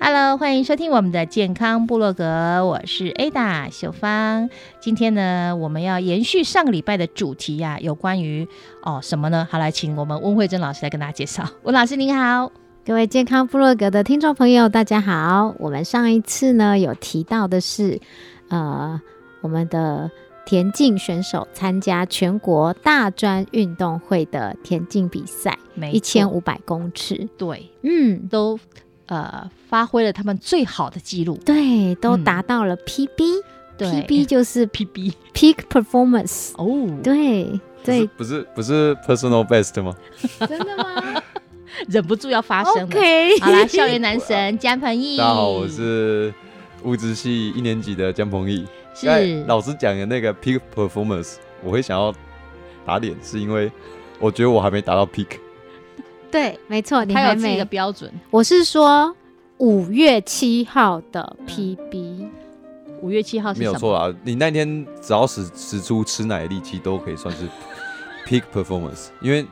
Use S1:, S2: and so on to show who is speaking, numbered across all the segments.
S1: Hello，欢迎收听我们的健康部落格，我是 Ada 秀芳。今天呢，我们要延续上个礼拜的主题呀、有关于哦什么呢？好，来请我们温慧珍老师来跟大家介绍。温老师您好，
S2: 各位健康部落格的听众朋友，大家好。我们上一次呢有提到的是，呃，我们的田径选手参加全国大专运动会的田径比赛，
S1: 没
S2: 一千
S1: 错
S2: 五百公尺。
S1: 对，
S2: 嗯，
S1: 都呃发挥了他们最好的记录，
S2: 对，都
S1: 嗯
S2: 达到了 PB，PB、
S1: 对
S2: PB 就是
S1: PB
S2: peak performance。
S1: 哦，
S2: 对，对，
S3: 不是不是 personal best 吗？
S2: 真的吗
S1: 忍不住要发声了。
S2: ？OK，
S1: 好啦，校园男神江鹏毅，
S3: 大家好，我是物质系一年级的江鹏毅。
S1: 是
S3: 刚才哎老师讲的那个 peak performance，我会想要打脸，是因为我觉得我还没达到 peak。
S2: 对，没错，你
S1: 他有
S2: 还
S1: 自己的
S2: 没。
S1: 标准，
S2: 我是说五月七号的 PB。
S1: 五月七号是
S3: 没
S1: 什
S3: 有
S1: 么？
S3: 错啊，你那天只要使使出吃奶的力气，都可以算是 peak performance，因为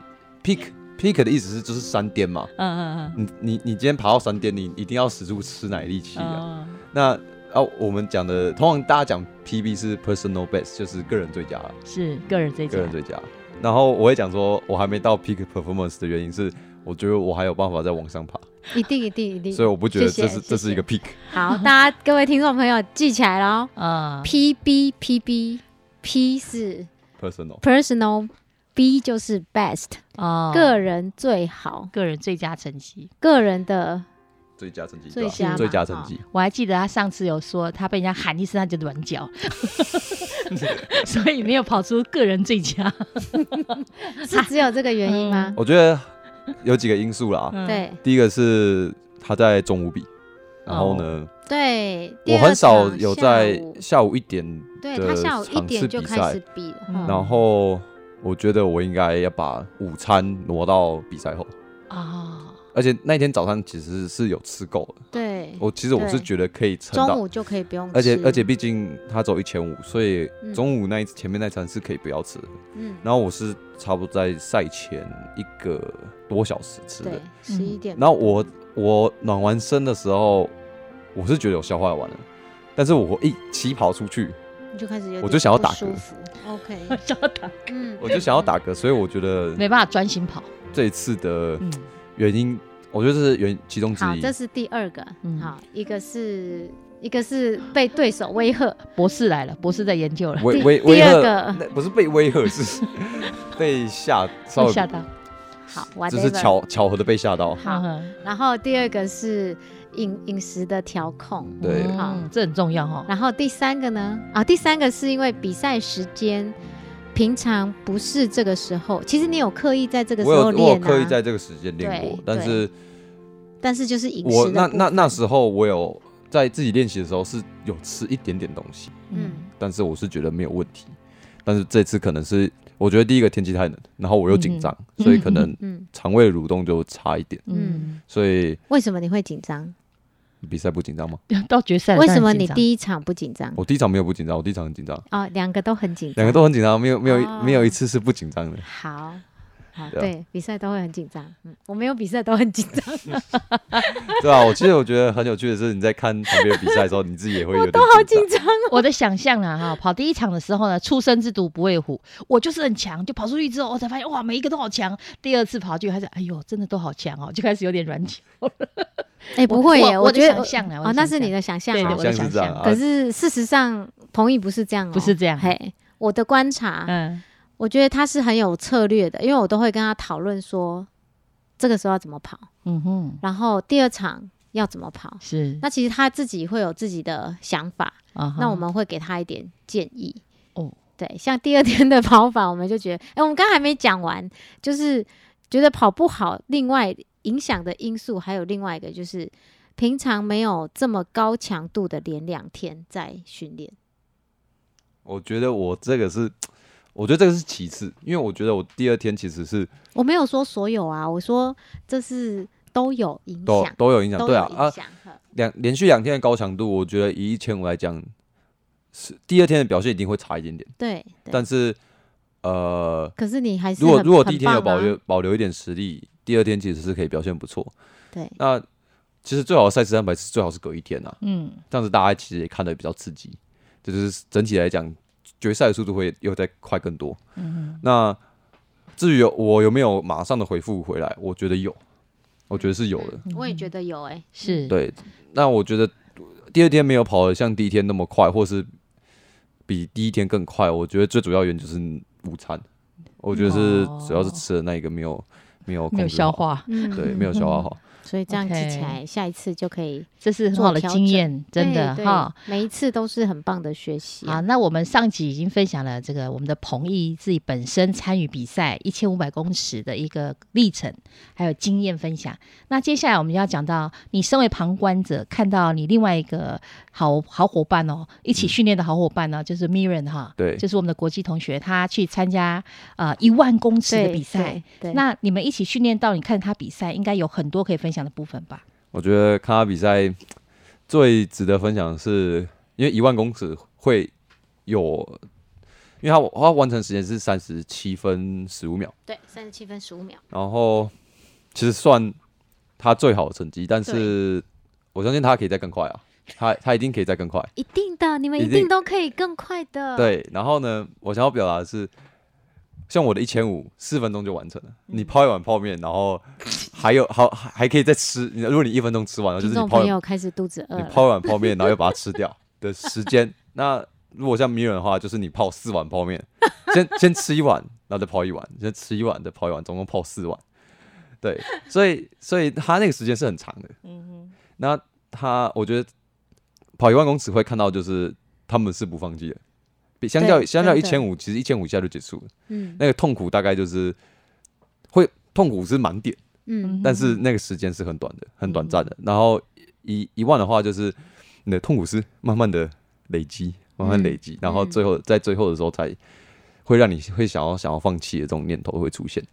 S3: peak peak 的意思是就是山巅嘛。
S1: 嗯嗯
S3: 你你你今天爬到山巅，你一定要使出吃奶的力气
S1: 嗯
S3: 啊。
S1: 嗯，
S3: 那啊，我们讲的通常大家讲 PB 是 personal best，就是个人最佳了。
S1: 是个人最佳
S3: 个，人最佳。然后我会讲说，我还没到 peak performance 的原因是，我觉得我还有办法再往上爬，
S2: 一定一定一定。
S3: 所以我不觉得
S2: 嗯谢谢
S3: 这是这
S2: 谢
S3: 是
S2: 谢
S3: 一个 peak。
S2: 好，大家各位听众朋友记起来喽
S1: 嗯，
S2: ，PB PB P 是
S3: personal。
S2: personal，B 就是 best，、
S1: 哦，
S2: 个人最好，
S1: 个人最佳成绩。
S2: 个人的
S3: 最佳成绩，
S2: 最
S3: 对吧
S2: 佳嘛
S3: 最佳成绩，
S1: 我还记得他上次有说，他被人家喊一声他就软 脚，所以没有跑出个人最佳。
S3: 啊
S2: 是只有这个原因吗？
S3: 我觉得有几个因素啦。
S1: 嗯
S2: 对
S3: 第一个是他在中午比，然后呢，
S2: 对，哦第
S3: 我
S2: 二
S3: 很少
S2: 场
S3: 有
S2: 下
S3: 在
S2: 午嗯
S3: 下午一点
S2: 对
S3: 的
S2: 他下午一
S3: 场
S2: 点
S3: 次
S2: 就
S3: 比
S2: 开
S3: 赛
S2: 始比了
S1: 嗯
S2: 哈，
S3: 然后我觉得我应该要把午餐挪到比赛后，
S1: 啊，
S3: 而且那天早上其实是有吃够的。
S2: 对，
S3: 我其实我是
S2: 对
S3: 觉得可以撑到
S2: 中午就可以不用吃，
S3: 而且而且，毕竟他走一千五，所以
S2: 嗯
S3: 中午那一前面那餐是可以不要吃的。
S2: 嗯，
S3: 然后我是差不多在赛前一个多小时吃的嗯
S2: 对。，十一点，
S3: 然后我我暖完身的时候，我是觉得有消化完了，但是我一起跑出去，
S2: 你就开始有
S3: 我就
S2: 点
S3: 想要
S2: 不
S3: 打嗝
S2: 舒服，OK，
S1: 叫他
S2: 嗯，
S3: 我就想要打嗝，所以我觉得
S1: 没办法专心跑。
S3: 这一次的
S1: 嗯，
S3: 原因，我觉得这是原其中之
S2: 好，
S3: 一
S2: 这。是第二个。
S1: 嗯
S2: 好，一个是一个是被对手威吓，
S1: 博士来了，博士在研究了，
S3: 威
S2: 第
S3: 威
S2: 第
S3: 威
S2: 二
S3: 吓，
S2: 个
S3: 那不是被威吓， 是被吓，稍微
S1: 吓到。
S2: 好，
S3: 就
S2: whatever
S3: 是巧巧合的被吓到。
S2: 好
S1: 嗯
S2: 然后第二个是饮饮食的调控，
S3: 对
S1: 嗯
S2: 好
S1: 这很重要哈。
S2: 然后第三个呢？啊，第三个是因为比赛时间平常不是这个时候，其实你有刻意在这个时
S3: 我有
S2: 候
S3: 我有
S2: 练啊，
S3: 刻意在这个时间练
S2: 对
S3: 过，但
S2: 对
S3: 是
S2: 但是就是饮
S3: 我
S2: 食的
S3: 那
S2: 部
S3: 那
S2: 分
S3: 那时候我有在自己练习的时候是有吃一点点东西，
S2: 嗯
S3: 但是我是觉得没有问题。但是这次可能是我觉得第一个天气太冷，然后我又紧张，
S2: 嗯
S3: 所以可能
S2: 嗯
S3: 肠胃蠕动就差一点。
S2: 嗯，
S3: 所以
S2: 为什么你会紧张？
S3: 比赛不紧张吗？
S1: 到决赛了
S2: 为
S1: 呃当
S2: 什
S1: 然
S2: 么
S1: 紧
S2: 你
S1: 张
S2: 第一场不紧张？
S3: 我第一场没有不紧张，我第一场很紧张，
S2: 哦，两个都很紧张，
S3: 两个都很紧张，没有没有、
S2: 哦
S3: 没有一次是不紧张的。
S2: 好。好，
S3: 对啊
S2: 对，比赛都会很紧张。嗯，我没有比赛都很紧张，
S3: 对啊，我其实我觉得很有趣的是，你在看旁边的比赛的时候，你自己也会有点紧
S2: 张。
S1: 我的想象啦哈，跑第一场的时候呢，初生之犊不畏虎，我就是很强，就跑出去之后，我才发现哇，每一个都好强。第二次跑就开始，哎呦，真的都好强哦，就开始有点软脚了。
S2: 哎，不会耶，
S1: 我我的
S2: 觉得
S1: 想象啊啦我的
S2: 哦，那
S1: 想
S2: 是你
S1: 象
S2: 的想象
S1: 对
S2: 啊，
S1: 对，我的
S3: 想象
S1: 想
S3: 是这样
S1: 象
S3: 啊
S2: 可是事实上，彭毅不是这样、哦
S1: 不是这样
S2: 嘿，啊我的观察，
S1: 嗯，
S2: 我觉得他是很有策略的，因为我都会跟他讨论说，这个时候要怎么跑，
S1: 嗯哼，
S2: 然后第二场要怎么跑。
S1: 是
S2: 那其实他自己会有自己的想法，
S1: 啊哈，
S2: 那我们会给他一点建议。
S1: 哦，
S2: 对，像第二天的跑法，我们就觉得，哎、我们刚刚还没讲完，就是觉得跑不好，另外影响的因素还有另外一个就是，平常没有这么高强度的连两天在训练。
S3: 我觉得我这个是，我觉得这个是其次，因为我觉得我第二天其实是
S2: 我没有说所有啊，我说这是都有影
S3: 都
S2: 响，
S3: 都有影响，
S2: 都
S3: 对啊
S2: 有影
S3: 啊，
S2: 响
S3: 两连续两天的高强度，我觉得以一千五来讲，是第二天的表现一定会差一点点，
S2: 对，对
S3: 但是呃，
S2: 可是你还是
S3: 如果
S2: 很
S3: 如果
S2: 很
S3: 第一天有
S2: 棒啊
S3: 保留保留一点实力，第二天其实是可以表现不错。
S2: 对，
S3: 那其实最好的赛事安排是最好是隔一天啊，
S1: 嗯，
S3: 这样子大家其实也看得比较刺激，这就是整体来讲决赛的速度会又再快更多。
S1: 嗯
S3: 那至于有我有没有马上的回复回来，我觉得有，我觉得是有的。
S2: 我也觉得有哎、
S1: 是，
S3: 对，那我觉得第二天没有跑得像第一天那么快，或是比第一天更快，我觉得最主要原因就是午餐，我觉得是
S1: 哦
S3: 主要是吃的那一个没有没有
S1: 没有
S3: 控制
S1: 消
S3: 好
S1: 化
S2: 嗯
S3: 对，没有消化好。
S2: 所以这样记
S1: OK
S2: 起来，下一次就可以
S1: 这是很
S2: 做
S1: 好的
S2: 调
S1: 经
S2: 整
S1: 验，真的
S2: 对对
S1: 哈。
S2: 每一次都是很棒的学习啊、
S1: 好，那我们上集已经分享了这个我们的彭毅自己本身参与比赛一千五百公尺的一个历程，还有经验分享。那接下来我们要讲到你身为旁观者，看到你另外一个好好伙伴哦，一起训练的好伙伴呢、就是 Miran 哈，
S3: 嗯对
S1: 就是我们的国际同学，他去参加呃一万公尺的
S2: 对
S1: 比赛。
S2: 对对
S1: 那你们一起训练到你看他比赛，应该有很多可以分享的部分吧？
S3: 我觉得看他比赛最值得分享的是，因为一万公尺会有，因为他他完成时间是三十七分十五秒，
S2: 对，三十七分十五秒，
S3: 然后其实算他最好的成绩，但是我相信他可以再更快啊，他他一定可以再更快。
S2: 一定的，你们
S3: 一
S2: 一
S3: 定
S2: 定都可以更快的。，
S3: 对，然后呢，我想要表达的是，像我的一千五四分钟就完成了，
S2: 嗯
S3: 你泡一碗泡面，然后还有还还还可以再吃，你如果你一分钟吃完了，就
S2: 听
S3: 是你
S2: 众
S3: 泡
S2: 朋
S3: 一
S2: 友开始肚子饿
S3: 你
S2: 了，
S3: 泡一碗泡面，然后又把它吃掉的时间。那如果像迷人的话，就是你泡四碗泡面， 先先吃一碗，然后再泡一碗，先吃一碗再泡一碗，总共泡四碗。对，所以所以他那个时间是很长的。
S4: 嗯
S3: 那他我觉得跑一万公尺会看到，就是他们是不放弃的。比相较
S2: 对
S3: 相较一
S2: 真的
S3: 千五，其实一千五下就结束了。
S2: 嗯
S3: 那个痛苦大概就是会痛苦是满点，
S2: 嗯，
S3: 但是那个时间是很短的，很短暂的。然后一一万的话，就是你的痛苦是慢慢的累积，慢慢累
S2: 嗯
S3: 积，然后最后在最后的时候才会让你会想要想要放弃的这种念头会出现。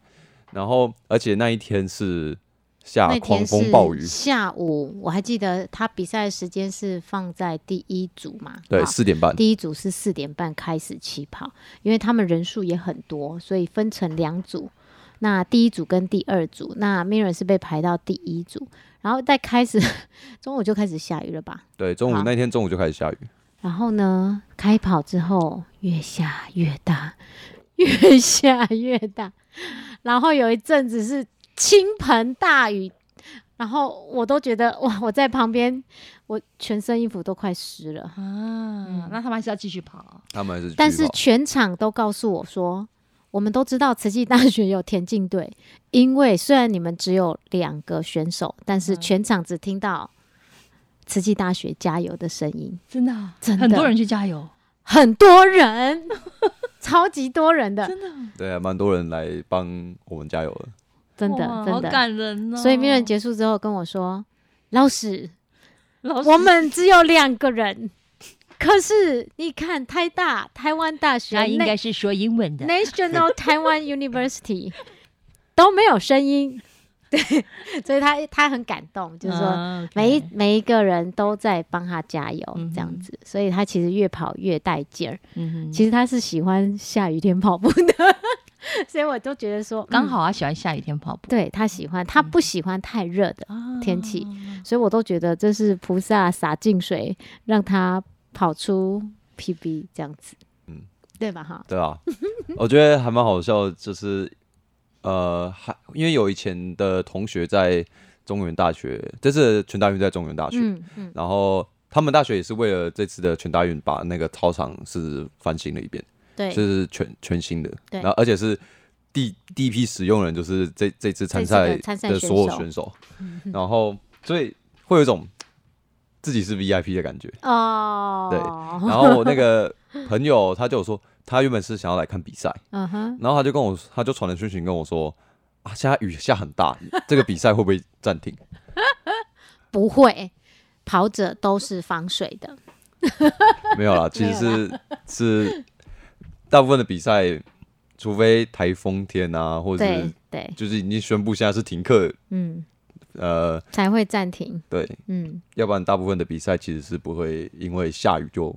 S3: 然后，而且那一天是下
S2: 那
S3: 狂
S2: 天是
S3: 风暴雨，
S2: 下午我还记得他比赛的时间是放在第一组嘛？
S3: 对，
S2: 好
S3: 四点半，
S2: 第一组是四点半开始起跑，因为他们人数也很多，所以分成两组。那第一组跟第二组，那 Mirren 是被排到第一组，然后在开始 中午就开始下雨了吧？
S3: 对，中午
S2: 好
S3: 那天中午就开始下雨，
S2: 然后呢，开跑之后越下越大，越下越大，然后有一阵子是倾盆大雨，然后我都觉得哇，我在旁边，我全身衣服都快湿了。
S1: 啊，
S4: 嗯
S1: 那他们还是要继续跑。
S3: 他们还是
S2: 但
S3: 继续哦
S2: 是
S3: 跑
S2: 全场都告诉我说，我们都知道慈济大学有田径队，因为虽然你们只有两个选手，但
S4: 嗯
S2: 是全场只听到慈济大学加油的声音，
S1: 真的啊，
S2: 真的
S1: 很多人去加油，
S2: 很多人， 超级多人的，
S1: 真的啊
S3: 对，蛮多人来帮我们加油的。
S2: 真
S4: 哇
S2: 的
S4: 好
S2: 真的。
S4: 感人哦。
S2: 所以面人结束之后跟我说，老师，
S4: 老师
S2: 我们只有两个人，可是你看，台大台湾大学，
S1: 他应该是说英文的
S2: National Taiwan University 都没有声音，对，所以他他很感动，就是
S1: 嗯
S2: 说每一、每一个人都在帮他加油，这样子，所以他其实越跑越带劲儿。
S1: 嗯
S2: 其实他是喜欢下雨天跑步的， 所以我都觉得说嗯
S1: 刚好啊，喜欢下雨天跑步。
S2: 对他喜欢，他不喜欢太热的
S4: 嗯
S1: 啊
S2: 天气，所以我都觉得这是菩萨洒净水，让他跑出 PB 这样子，
S3: 嗯，
S2: 对吧？哈，
S3: 对啊， 我觉得还蛮好笑的，就是呃，还因为有以前的同学在中原大学，这次全大运在中原大学，
S2: 嗯嗯
S3: 然后他们大学也是为了这次的全大运，把那个操场是翻新了一遍，
S2: 对嗯
S3: 就是全全新的，
S2: 对
S3: 然后而且是第第一批使用人就是这这次参
S2: 这
S3: 赛
S2: 次的参赛
S3: 的所有
S2: 选手
S3: 选手，
S2: 嗯
S3: 然后所以会有一种自己是 VIP 的感 觉，
S2: 哦，
S3: 对，然后我那，个朋友他就有说，他原本是想要来看比赛，
S2: 嗯哼，
S3: 然后他就跟我，他就传了讯息跟我说，啊，现在雨下很大，这个比赛会不会暂停？
S2: 不会，跑者都是防水的，
S3: 没有啦，其实是 是大部分的比赛，除非台风天啊，或者是
S2: 对对，
S3: 就是已经宣布现在是停课，
S2: 嗯，
S3: 呃，
S2: 才会暂停，
S3: 对，
S2: 嗯，
S3: 要不然大部分的比赛其实是不会因为下雨就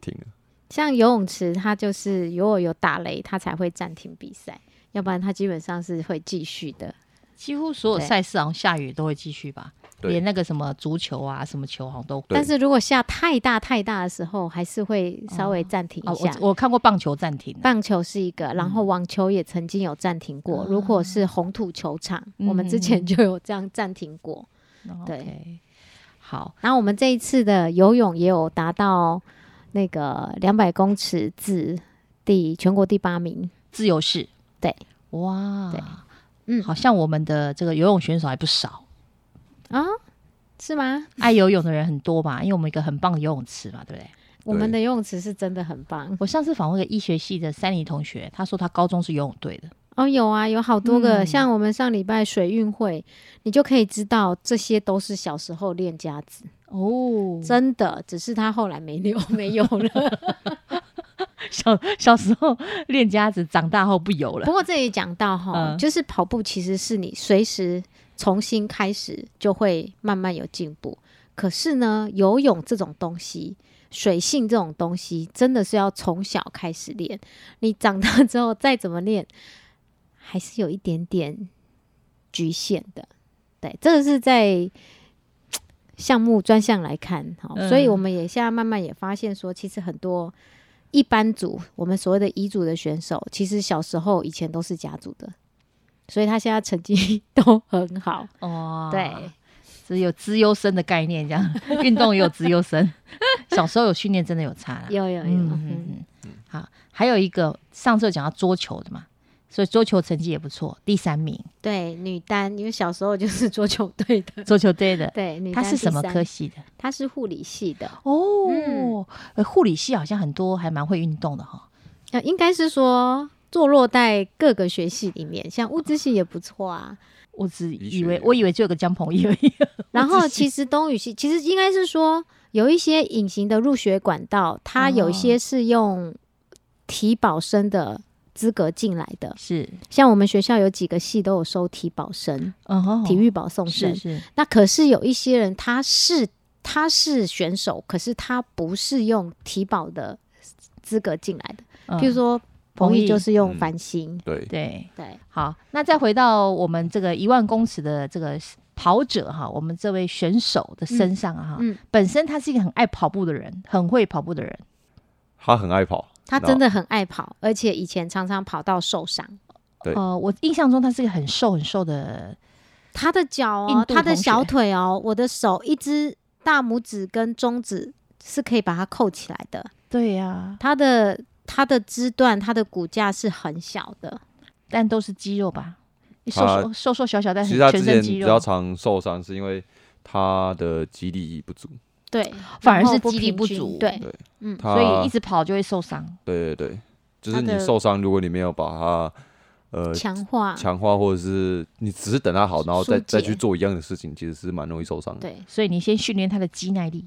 S3: 停了。
S2: 像游泳池，它就是如果有打雷，它才会暂停比赛，要不然它基本上是会继续的。
S1: 几乎所有
S2: 对
S1: 赛事好像下雨都会继续吧，
S3: 对
S1: 连那个什么足球啊、什么球好像都。
S2: 但是如果下太大太大的时候，还是会稍微暂停
S1: 哦
S2: 一下。，
S1: 我我看过棒球暂停的，
S2: 棒球是一个，然后网球也曾经有暂停过。如果是红土球场，我们之前就有这样暂停过。
S1: 哦
S2: 对
S1: OK，好，
S2: 然后我们这一次的游泳也有达到那个两百公尺自第全国第八名。
S1: 自由式，
S2: 对，
S1: 哇，
S2: 对嗯
S1: 好像我们的这个游泳选手还不少，
S2: 啊，是吗？
S1: 爱游泳的人很多吧？因为我们有一个很棒的游泳池嘛，对不对？
S2: 我们的游泳池是真的很棒
S1: 我上次访问一个医学系的三林同学，他说他高中是游泳队的，
S2: 哦，有啊，有好多个，
S1: 嗯
S2: 像我们上礼拜水运会，你就可以知道这些都是小时候练家子。
S1: 哦，
S2: 真的，只是他后来没留，没有了。
S1: 小小时候练家子，长大后不游了
S2: 不。过这里讲到哈，
S1: 嗯
S2: 就是跑步其实是你随时重新开始，就会慢慢有进步。可是呢，游泳这种东西，水性这种东西，真的是要从小开始练。你长大之后再怎么练，还是有一点点局限的。对，这个是在项目专项来看，好、
S1: 嗯
S2: 所以我们也现在慢慢也发现说，其实很多一般组，我们所谓的乙组的选手，其实小时候以前都是甲组的，所以他现在成绩都 很好。
S1: 哦，
S2: 对，
S1: 只有资优生的概念，这样运动也有资优生。 小时候有训练真的有差啦。
S2: 有有有，
S1: 嗯
S2: 嗯
S1: 嗯嗯，好，还有一个上次有讲到桌球的嘛，所以桌球成绩也不错，第三名，
S2: 对，女单，因为小时候就是桌球队的，
S1: 桌球队的。
S2: 对，女
S1: 他
S2: 单
S1: 是什么
S2: 第三
S1: 科？系的？
S2: 她是护理系的，
S1: 哦，呃护理系好像很多还蛮会运动的哈。
S2: 呃，应该是说坐落在各个学系里面，像物资系也不错 啊。
S1: 我只
S3: 的
S1: 以
S3: 确
S1: 为我以为就有个江鹏毅而已。
S2: 然后
S1: 实。
S2: 其实东语系其实应该是说有一些隐形的入学管道，它有一些是用体保生的资格进来的，
S1: 是，
S2: 像我们学校有几个系都有收体保生、
S1: 嗯哼，
S2: 体育保送
S1: 是
S2: 生。
S1: 是，
S2: 那可哦是有一些人他是他是选手，可是他不是用体保的资格进来的，譬如
S1: 嗯
S2: 说
S1: 彭
S2: 彭毅
S1: 毅
S2: 就是用
S3: 嗯
S2: 繁星，
S3: 对，
S1: 对，
S2: 对，
S1: 好，那再回到我们这个一万公尺的这个跑者哈，我们这位选手的身上啊哈，
S2: 嗯嗯
S1: 本身他是一个很爱跑步的人，很会跑步的人
S3: 他很爱跑，
S2: 他
S3: 然后
S2: 真的很爱跑，而且以前常常跑到受伤。
S3: 对
S1: 呃，我印象中他是一个很瘦很瘦的，
S2: 他的脚
S1: 印
S2: 哦，
S1: 度
S2: 他的
S1: 同学
S2: 小腿哦，我的手一只大拇指跟中指是可以把它扣起来的。
S1: 对呀、
S2: 他的他的肢段，他的骨架是很小的。
S1: 但都是肌肉吧，瘦
S3: 他
S1: 瘦瘦瘦小小，但
S3: 其
S1: 是
S3: 实他
S1: 全
S3: 之
S1: 身
S3: 前
S1: 肌
S3: 比
S1: 肉
S3: 较，常受伤，是因为他的肌力不足，
S2: 对，
S1: 反而
S2: 然后
S1: 是肌力不
S2: 平均
S1: 足
S2: 对，
S3: 对
S2: 嗯，
S3: 他
S1: 所以一直跑就会受伤。
S3: 对对对，就是
S2: 他
S3: 你
S2: 的
S3: 受伤，如果你没有把它呃
S2: 强化，
S3: 强化，或者是你只是等它好，然后再
S2: 啊疏解
S3: 再去做一样的事情，其实是蛮容易受伤的。
S2: 对，
S1: 所以你先训练他的肌耐力，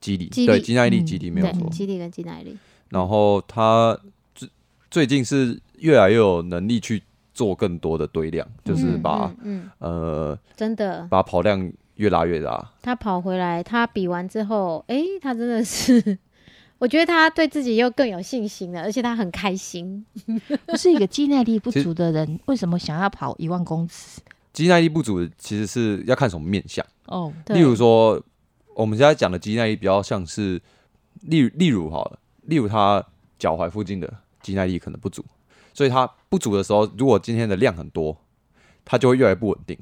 S3: 肌力，
S2: 肌
S3: 对，
S2: 力
S3: 肌耐力、
S2: 嗯
S3: 肌力没有错
S2: 对，。肌力跟肌耐力，
S3: 然后他最最近是越来越有能力去做更多的堆量，就是
S2: 嗯
S3: 把、
S2: 嗯
S3: 呃
S2: 真的，
S3: 把跑量越拉越大。
S2: 他跑回来，他比完之后，诶，他真的是， 我觉得他对自己又更有信心了，而且他很开心。
S1: 不是一个肌耐力不足的人，为什么想要跑一万公尺？
S3: 肌耐力不足其实是要看什么面向，
S1: 哦，
S2: 对
S3: 例如说我们现在讲的肌耐力比较像是，例如例如好了，例如他脚踝附近的肌耐力可能不足，所以他不足的时候，如果今天的量很多，他就会越来越不稳定。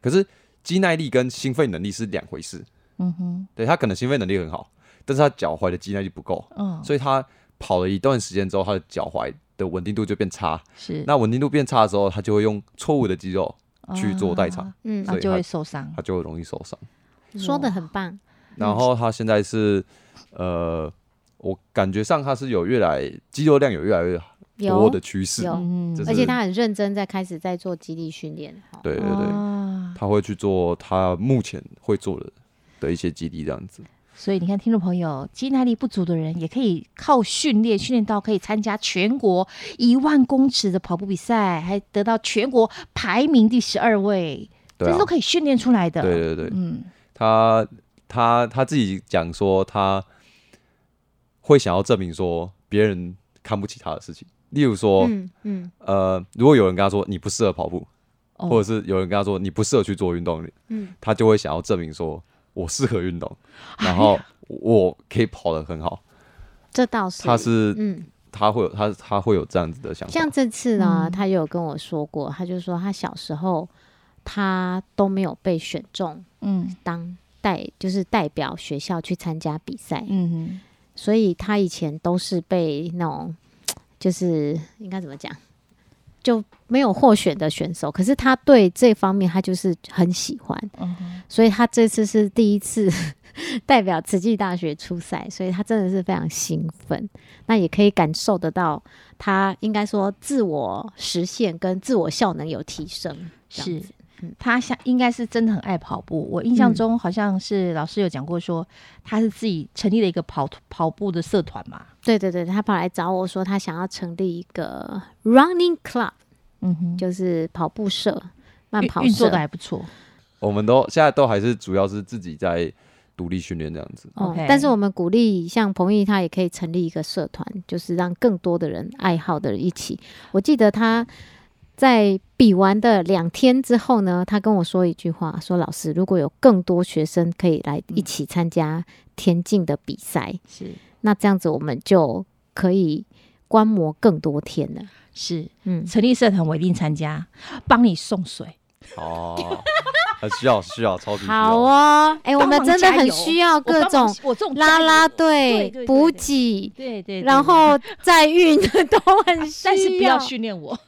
S3: 可是肌耐力跟心肺能力是两回事，
S1: 嗯哼，
S3: 对他可能心肺能力很好，但是他脚踝的肌耐力不够，
S1: 嗯
S3: 所以他跑了一段时间之后，他的脚踝的稳定度就变差。
S1: 是
S3: 那稳定度变差的时候，他就会用错误的肌肉去做代偿，
S2: 嗯
S3: 所
S1: 啊那
S3: 以
S1: 就
S3: 他
S1: 会受伤。
S3: 他就容易受伤。
S2: 说的很棒，
S3: 然后他现在是，呃，我感觉上他是有越来肌肉量有越来越
S2: 嗯有
S3: 多的趋势，
S2: 有
S1: 嗯
S3: 就是
S2: 而且他很认真在开始在做肌力训练。哦
S3: 对对对，
S1: 啊
S3: 他会去做他目前会做的的一些肌力这样子。
S1: 所以你看，听众朋友，肌耐力不足的人也可以靠训练，训练到可以参加全国一万公尺的跑步比赛，还得到全国排名第十二位，
S3: 对
S1: 这
S3: 啊
S1: 都，可以训练出来的。
S3: 对对对，
S1: 嗯，
S3: 他他他自己讲说，他会想要证明说别人看不起他的事情，例如说，
S2: 嗯嗯
S3: 呃，如果有人跟他说你不适合跑步，
S1: 哦
S3: 或者是有人跟他说你不适合去做运动，
S2: 嗯，
S3: 他就会想要证明说我适合运动，
S2: 哎
S3: 然后我可以跑得很好。
S2: 这倒是。
S3: 他是
S2: 嗯，
S3: 他会有他他会有这样子的想
S2: 像
S3: 法，
S2: 这次呢，他有跟我说过，他就说他小时候他都没有被选中
S1: 嗯
S2: 当代，就是代表学校去参加比赛，
S1: 嗯哼，
S2: 所以他以前都是被那种就是应该怎么讲，就没有获选的选手。可是他对这方面他就是很喜欢，
S1: 嗯哼，
S2: 所以他这次是第一次 代表慈济大学出赛，所以他真的是非常兴奋。那也可以感受得到，他应该说自我实现跟自我效能有提升。这样
S1: 是
S2: 子，
S1: 他想应该是真的很爱跑步。我印象
S3: 嗯
S1: 中好像是老师有讲过说，他是自己成立了一个跑跑步的社团嘛。
S2: 对对对，他跑来找我说，他想要成立一个 running club，
S1: 嗯哼，
S2: 就是跑步社、慢
S1: 运
S2: 跑
S1: 运作
S2: 社
S1: 的。还不错。
S3: 我们都现在都还是主要是自己在独立训练这样子。
S2: 哦
S1: OK
S2: 但是我们鼓励像彭毅他也可以成立一个社团，就是让更多的人爱好的人一起。我记得他在比完的两天之后呢，他跟我说一句话，说老师如果有更多学生可以来一起参加田径的比赛，
S1: 是
S2: 那这样子我们就可以观摩更多天了。
S1: 是，
S2: 嗯，
S1: 成立社团我一定参加，帮你送水。
S3: 哦，很需要需要超级需要。
S2: 好哦，哎、我
S1: 帮
S2: 们
S1: 忙
S2: 真的
S1: 加
S2: 很
S1: 油
S2: 需要
S1: 我
S2: 各
S1: 帮忙
S2: 种
S1: 我这种
S2: 拉拉
S1: 对对对、
S2: 队补
S1: 对
S2: 给。
S1: 对对对，啊
S2: 然后再 运都很需
S1: 但是不要
S2: 要
S1: 训练 我，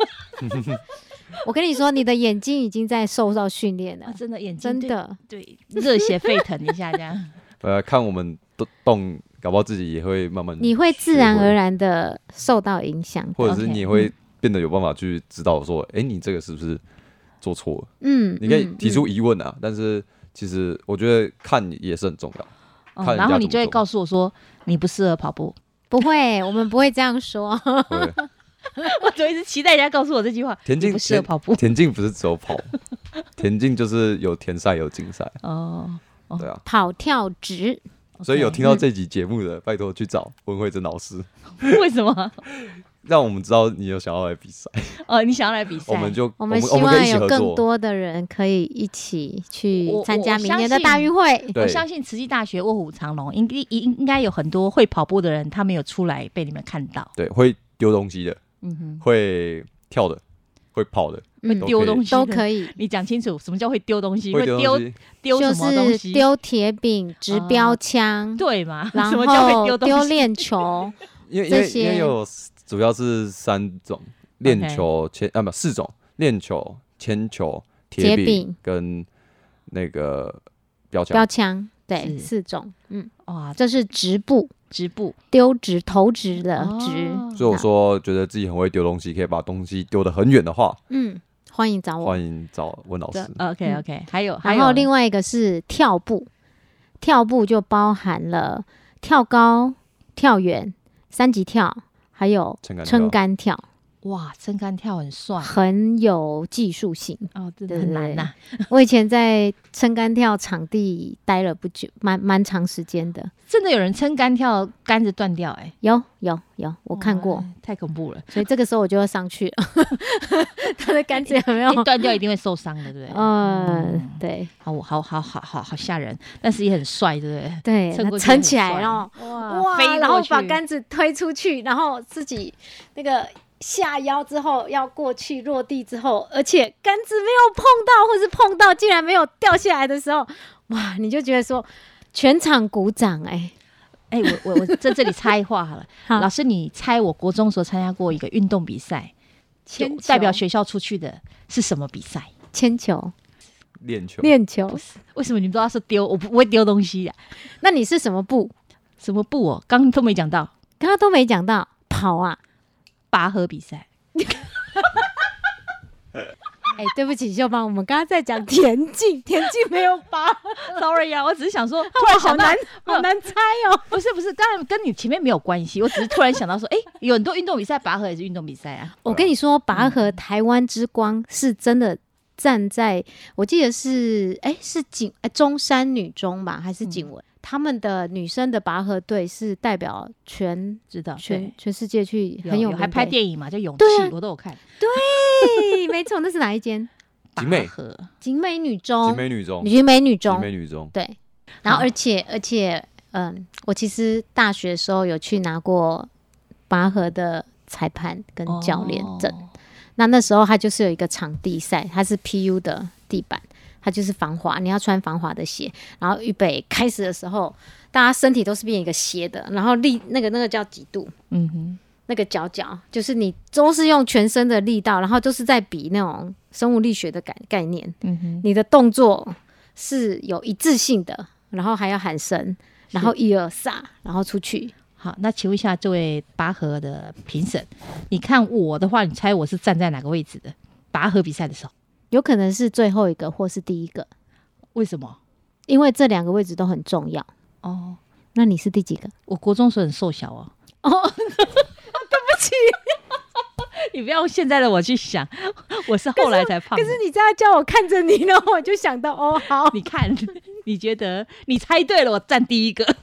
S2: 我跟你说，你的眼睛已经在受到训练了
S1: 啊、，真的眼睛
S2: 真
S1: 对
S2: 的。
S1: 对热血沸腾一下这 样。
S3: 呃，看我们动动，搞不好自己也会慢慢，
S2: 你会自然嗯而，然的受到影响。
S3: 或者是
S1: OK，
S3: 你也会变得有办法去知道说，哎、你这个是不是做错了？
S2: 嗯，
S3: 你可以
S2: 嗯
S3: 提出疑问啊，但是其实我觉得看也是很重要。看
S1: 哦，
S3: 人家
S1: 然后你
S3: 怎么
S1: 就会
S3: 做
S1: 告诉我说你不适合跑 步。
S2: 不会，我们不会这样说。
S3: 对，
S1: 我总一直期待人家告诉我这句话。
S3: 田
S1: 你
S3: 径
S1: 不适合
S3: 田
S1: 跑 步。
S3: 田径不是只有 跑，田径就是有田赛有竞赛，
S1: 哦， 哦
S3: 对啊。
S2: 跑跳直，
S3: 所以有
S1: OK
S3: 听到这集节目的，拜托去找温慧珍老师，
S1: 为什么？
S3: 让我们知道你有想要来比赛，
S1: 哦，你想要来比赛？
S3: 我们就
S2: 我
S3: 们
S2: 们
S3: 我
S2: 希
S3: 们可以
S2: 望
S3: 一起合
S2: 有更
S3: 作。
S2: 多的人可以一起去
S1: 我我
S2: 参加
S1: 我
S2: 明
S1: 相
S2: 年的
S1: 信
S2: 大运会。
S3: 对
S1: 我相信慈济大学卧虎藏龙，应应应应该有很多会跑步的人，他没有出来被你们看到。
S3: 对，会丢东西的，
S1: 嗯哼，
S3: 会跳的，会跑的，
S2: 嗯
S3: 都，
S1: 丢东西
S2: 都
S1: 的
S2: 可以，
S1: 你讲清楚什么叫会丢东西？
S3: 会丢
S1: 丢
S3: 东西，
S1: 丢
S2: 就
S1: 什么东
S2: 是
S1: 西？
S2: 丢铁饼、掷
S1: 啊
S2: 标枪，
S1: 对嘛？
S2: 然
S1: 什么叫会
S2: 后
S1: 丢东西？
S2: 丢 链球。
S3: 因为因
S2: 这
S3: 为因为
S2: 些
S3: 有主要是三种链球铅啊，不四种链球、铅球、
S2: 铁
S3: 铁
S2: 饼
S3: 跟那个标枪。
S2: 标枪，对，
S1: 是
S2: 四种，嗯，
S1: 哇，
S2: 这是直步，
S1: 直步
S2: 丢直投直的直，
S1: 哦
S3: 所以我说，觉得自己很会丢东西，可以把东西丢得很远的话，
S2: 嗯，欢迎
S1: 哦
S2: 找我。
S3: 欢迎找温老师。
S1: OK OK，还有还
S2: 嗯然
S1: 有
S2: 后另外一个是跳步，跳步就包含了跳高、跳远、三级跳，还有
S3: 撑杆跳
S2: 撑杆跳，
S1: 哇，撑杆跳很 帅
S2: 很有技术性。
S1: 哦，真的
S2: 对
S1: 很难呐、。
S2: 对对我以前在撑杆跳场地待了不久，蛮蛮长时间的。
S1: 真的有人撑杆跳杆子断掉、哎，
S2: 有有有，我看过，
S1: 哇太恐怖了，
S2: 所以这个时候我就要上去了。 他的杆子有没有？
S1: 一断掉一定会受伤的，对不对？
S2: 嗯，对
S1: 好好好好好好吓人，但是也很帅，对不对？
S2: 对，
S1: 撑过
S2: 那
S1: 去很
S2: 撑起来
S1: 帅
S2: 然后
S1: 哇
S2: 哇，
S1: 飞过
S2: 然后把
S1: 去
S2: 杆子推出去，然后自己那个下腰之后要过去落地之后，而且杆子没有碰到，或是碰到竟然没有掉下来的时候，哇，你就觉得说全场鼓掌哎、
S1: 哎、我我我在这里插一话好了，
S2: 好
S1: 老师，你猜我国中所参加过一个运动比赛，就
S2: 铅球
S1: 代表学校出去的是什么比赛？
S2: 铅球、
S3: 练球，
S2: 练球，
S1: 为什么你们都要是丢？我不我会丢东西的、啊
S2: 那你是什么部？
S1: 什么布哦？刚都没讲到
S2: 刚刚都没讲到跑啊！
S1: 拔河比赛，
S2: 哎、对不起，秀芳，我们刚刚在讲田径，田径没有拔，
S1: Sorry 啊，我只是想说， 突
S2: 哇
S1: 然
S2: 好
S1: 想到，
S2: 难，好难猜哦。
S1: 不是不是，当然跟你前面没有关系，我只是突然想到说，哎、有很多运动比赛，拔河也是运动比赛啊。
S2: 我跟你说，拔河台湾之光是真的站在，我记得是哎、是景哎中山女中吧，还是景文？他们的女生的拔河队是代表全
S1: 知道，
S2: 全
S1: 哦对，
S2: 全世界去
S1: 有
S2: 很有
S1: 有
S2: 名
S1: 还
S2: 的
S1: 拍 电影嘛，就勇气
S2: 对啊，
S1: 我都有看。
S2: 对，没错，那是哪一间？
S1: 拔
S3: 景美
S1: 河，
S2: 景美女
S1: 哦
S2: 中，
S3: 景美女中，
S2: 景美女
S3: 景
S2: 中
S3: 美，女中，
S2: 对。然后
S1: 好
S2: 而且而且，嗯，我其实大学的时候有去拿过拔河的裁判跟教练证。
S1: 哦
S2: 那那时候它就是有一个场地赛，它是 PU 的地板，它就是防滑，你要穿防滑的鞋。然后预备开始的时候，大家身体都是变一个斜的，然后力那个那个叫几度，
S1: 嗯哼，
S2: 那个角角，就是你都是用全身的力道，然后就是在比那种生物力学的概概念。
S1: 嗯哼，
S2: 你的动作是有一致性的，然后还要喊声，然后一二三，然后出去。
S1: 好，那请问一下这位拔河的评审，你看我的话，你猜我是站在哪个位置的？拔河比赛的时候，
S2: 有可能是最后一个或是第一个，
S1: 为什么？
S2: 因为这两个位置都很重要。
S1: 哦，
S2: 那你是第几个？
S1: 我国中时候很瘦小哦。
S2: 哦，
S1: 你不要用现在的我去想，我是后来才胖
S2: 可
S1: 的。
S2: 是你这样叫我看着你，然后我就想到哦，好
S1: 你看，你觉得你猜对了，我站第一个。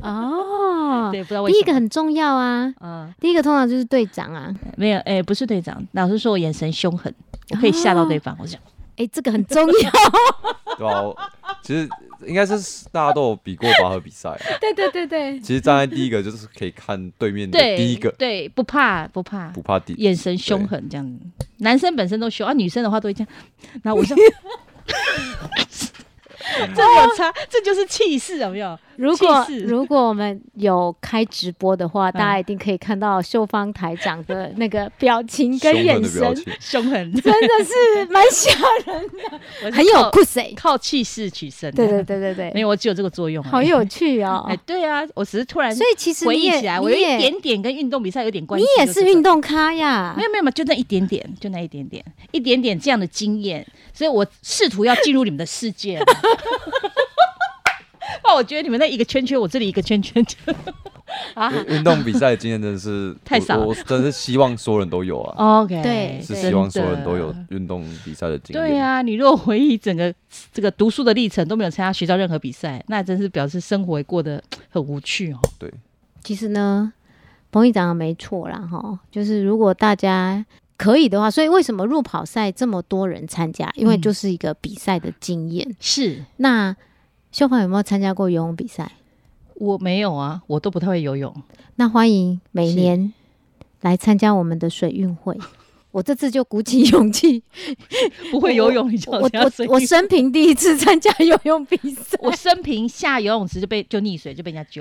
S2: 哦，
S1: 对，不知道为
S2: 第
S1: 什
S2: 一
S1: 么。
S2: 个很重要啊，
S1: 嗯，
S2: 第一个通常就是队长啊，
S1: 没有，哎、不是队长，老师说我眼神凶狠，我可以吓
S2: 啊
S1: 到对方。我想，
S2: 哎，这个很重要，
S3: 对吧、我其实应该是大家都有比过拔河比赛啊、
S2: 对对对对，
S3: 其实站在第一个就是可以看对面的
S1: 对，
S3: 第一个，
S1: 对，不怕，不
S2: 哦
S1: 怕，
S3: 不怕第
S1: 眼神凶狠这样子。男生本身都凶啊，女生的话都会这样。然后我说，这有差，这就是气势，有没有？
S2: 如果
S1: 气势
S2: 如果我们有开直播的
S1: 嗯
S2: 话，大家一定可以看到秀芳台长的那个表情
S3: 凶
S2: 跟
S3: 狠
S2: 眼
S3: 的表
S2: 神，
S3: 情，
S1: 凶狠，
S2: 真的是蛮吓人
S1: 我是
S2: 的，很有
S1: 靠
S2: 酷谁。
S1: 靠气势取胜。
S2: 对对，对对
S1: 没
S2: 对，
S1: 有，我只有这个作用而已。
S2: 好有趣哦
S1: 哎，。对啊，我只是突然
S2: 所以其实
S1: 回
S2: 你
S1: 忆
S2: 也
S1: 起来，我有
S2: 你
S1: 一
S2: 也
S1: 点点跟运动比赛有点关
S2: 你
S1: 系。
S2: 也
S1: 就是这个
S2: 运动咖呀
S1: 没，有没有没有，就那一点点，就那一点点，一点点这样的经验，所以我试图要进入你们的世界了。 哇，我觉得你们那一个圈圈，我这里一个圈圈，啊
S3: 运运动比赛的经验真的 是
S1: 太少了
S3: 我我真的是希望所有人都有啊，
S1: ，OK，
S2: 对
S3: 是
S2: 对
S3: 希望所有人都有
S1: 真的
S3: 运动比赛的经验。
S1: 对啊，你如果回忆整个这个读书的历程都没有参加学校任何比赛，那真是表示生活也过得很无趣哦。
S2: 其实呢，彭议长没错啦，哈，就是如果大家可以的话，所以为什么路跑赛这么多人参加？因为
S1: 嗯
S2: 就是一个比赛的经验。
S1: 是
S2: 那秀芳有没有参加过游泳比赛？
S1: 我没有啊，我都不太会游泳。
S2: 那欢迎每
S1: 是
S2: 年来参加我们的水运会。 我这次就鼓起勇气，
S1: 不会游泳，你就
S2: 我
S1: 这样
S2: 我
S1: 随
S2: 我
S1: 意，
S2: 生平第一次参加游泳比赛
S1: 我生平下游泳池就被就溺水，就被人家救。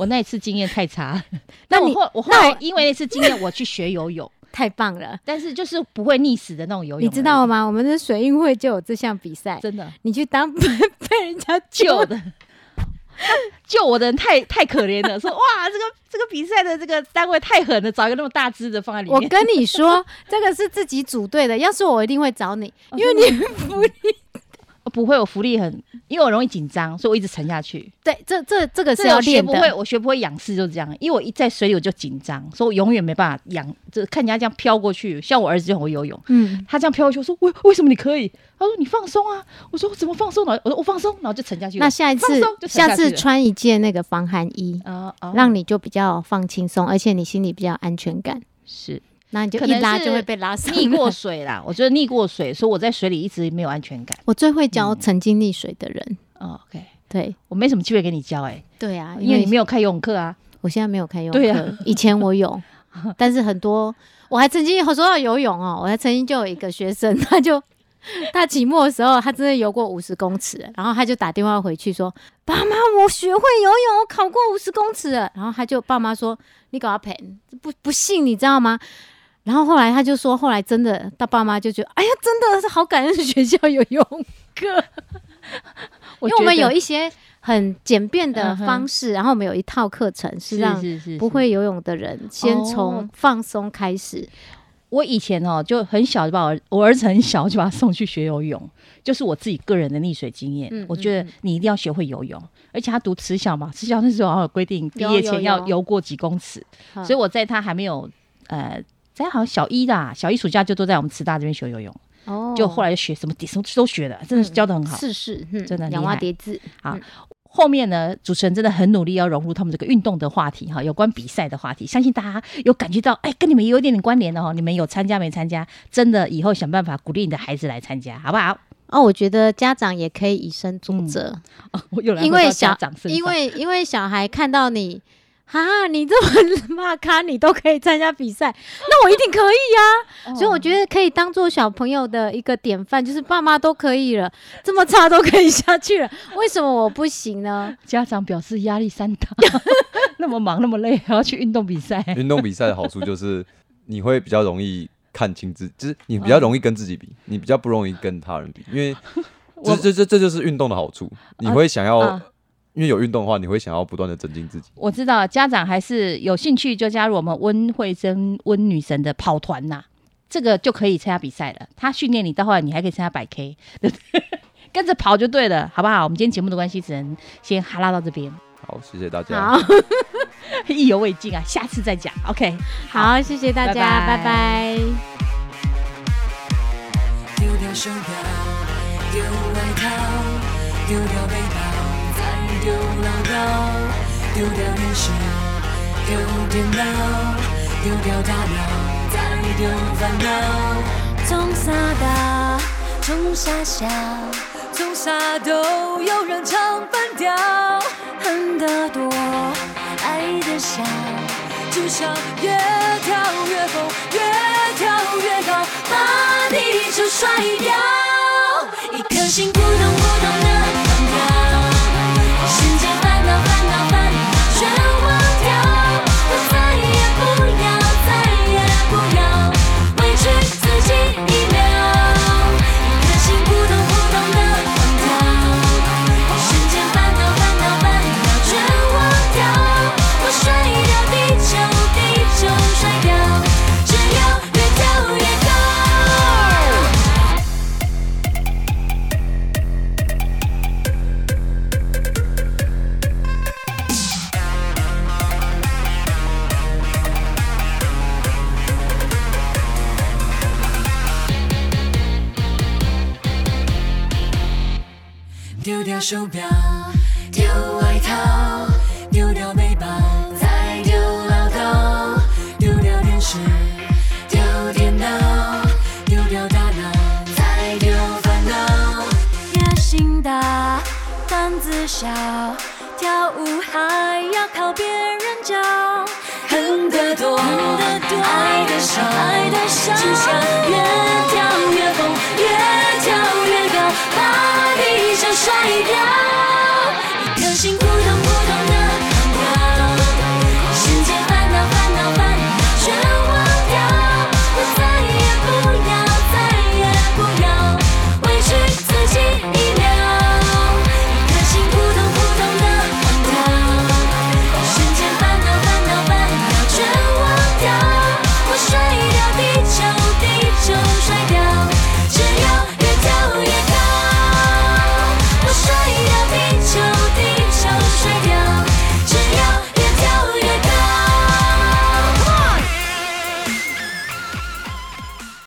S1: 我那一次经验太差，但我
S2: 你
S1: 后我后
S2: 那
S1: 来
S2: 我
S1: 因为那次经验，我去学游泳，
S2: 太棒了！
S1: 但是就是不会溺死的那种游泳而已，
S2: 你知道吗？我们的水运会就有这项比赛，
S1: 真的
S2: 你去当 被人家
S1: 救
S2: 救，
S1: 的。救我的人太太可怜了，说哇，这个这个比赛的这个单位太狠了，找一个那么大只的放在里
S2: 我
S1: 面。
S2: 跟 你说，这个是
S1: 哦
S2: 自己组队的，要是我一定会找你，因为你
S1: 不会，我浮力很因为我容易紧张，所以我一直沉下去。
S2: 对，这这这个是要
S1: 我学
S2: 练的。
S1: 不会，我学不会仰视，就是这样。因为我一在水里我就紧张，所以我永远没办法仰，就看人家这样飘过去。像我儿子就很会游泳，
S2: 嗯，
S1: 他这样飘过去，我说为为什么你可以？他说你放松啊。我说我怎么放松呢？我说我放松，然后就沉下去了。
S2: 那下一
S1: 放
S2: 次
S1: 松就沉
S2: 下
S1: 下
S2: 次
S1: 去了
S2: 穿一件那个防寒衣，
S1: 哦哦
S2: 让你就比较放轻松，而且你心里比较有安全感。
S1: 是，
S2: 那你就
S1: 可
S2: 一
S1: 能
S2: 拉
S1: 是
S2: 就会被拉上
S1: 溺
S2: 来
S1: 过水啦，我觉得溺过水，所以我在水里一直没有安全感。
S2: 我最会教曾经溺水的人。
S1: 哦，OK，
S2: 对
S1: 我没什么机会给你教哎、
S2: 对啊，
S1: 因为你没有开游泳课啊。
S2: 我现在没有开游泳
S1: 对
S2: 课，
S1: 啊
S2: 以前我 有，但是很多我还曾经有说到游泳哦，我还曾经就有一个学生，他就 他期末的时候，他真的游过五十公尺了，然后他就打电话回去说：“爸妈，我学会游泳，我考过五十公尺了。”然后他就爸妈说：“你搞他赔，不不信你知道吗？”然后后来他就说，后来真的，他爸妈就觉得，哎呀，真的是好感恩学校有游泳课，因为我们
S1: 觉得
S2: 有一些很简便的
S1: 嗯哼
S2: 方式，然后我们有一套课程是让
S1: 是是是
S2: 不会游泳的人先从
S1: 哦
S2: 放松开始。
S1: 我以前哦，就很小就把我儿我儿子很小就把他送去学游泳，就是我自己个人的溺水经验。
S2: 嗯
S1: 我觉得你一定要学会游泳，而且他读职小嘛，职小那时候好像有规定，毕
S2: 有
S1: 业
S2: 有
S1: 前要
S2: 有
S1: 游过几公尺，
S2: 嗯
S1: 所以我在他还没有呃，在好像小一啦，小一暑假就都在我们慈大这边学游泳，
S2: 哦
S1: 就后来就学什么什么都学了，嗯真的是教的很好。
S2: 试试，嗯
S1: 真的很
S2: 养
S1: 厉
S2: 蛙
S1: 害
S2: 叠字
S1: 好，后面呢，主持人真的很努力哦要融入他们这个运动的话题哈，有关比赛的话题，相信大家有感觉到，哎，跟你们也有一点点关联的哦。你们有参加没参加？真的以后想办法鼓励你的孩子来参加，好不好？
S2: 哦，我觉得家长也可以以身作则，
S1: 哦，我又来
S2: 因
S1: 回
S2: 为
S1: 到家
S2: 小
S1: 长身上
S2: 因为因为小孩看到你。啊，你这么 骂咖，你都可以参加比赛，那我一定可以呀、
S1: 哦
S2: 所以我觉得可以当做小朋友的一个典范，就是爸妈都可以了，这么差都可以下去了，为什么我不行呢？
S1: 家长表示压力山大， 那么忙那么累，还要去运动比赛，
S3: 运动比赛的好处就是你会比较容易看清 自，就是你比较容易跟自己比，
S1: 嗯
S3: 你比较不容易跟他人比，因 为这这这这就是运动的好处，你会想要，
S1: 啊
S3: 因为有运动的话，你会想要不断的增进自己。
S1: 我知道家长还是有兴趣就加入我们温慧珍温女神的跑团呐、这个就可以参加比赛了。她训练你到后来，你还可以参加百 K，对不对 跟着跑就对了，好不好？我们今天节目的关系只能先哈拉到这边，
S3: 好，谢谢大家。
S1: 啊
S2: 好
S1: 意犹未尽啊，下次再讲。OK，
S2: 好，谢谢大家，
S1: 拜拜
S2: 拜拜
S5: 丢掉手表，丢外套，丢掉背包，再丢唠叨，丢掉钥匙，丢电脑，丢掉大脑，再丢烦恼。从傻大，从傻小，从啥都有人唱反调，恨得多，爱得少。就像越跳越疯，越跳越高，把地球甩掉。一颗心扑通扑通的狂跳，瞬间烦恼烦恼烦恼全忘掉。我再也不要，再也不要委屈自己一秒。一颗心扑通扑通的狂跳。瞬间烦恼烦恼烦恼全忘掉，我甩掉地球，地球甩掉，只要越跳越高。丢掉手表，丢外套，丢掉背包，再丢唠叨，丢掉电视，丢电脑，丢掉大脑，再丢烦恼。野心大，胆子小，跳舞还要靠别人教，恨得多，爱得少，爱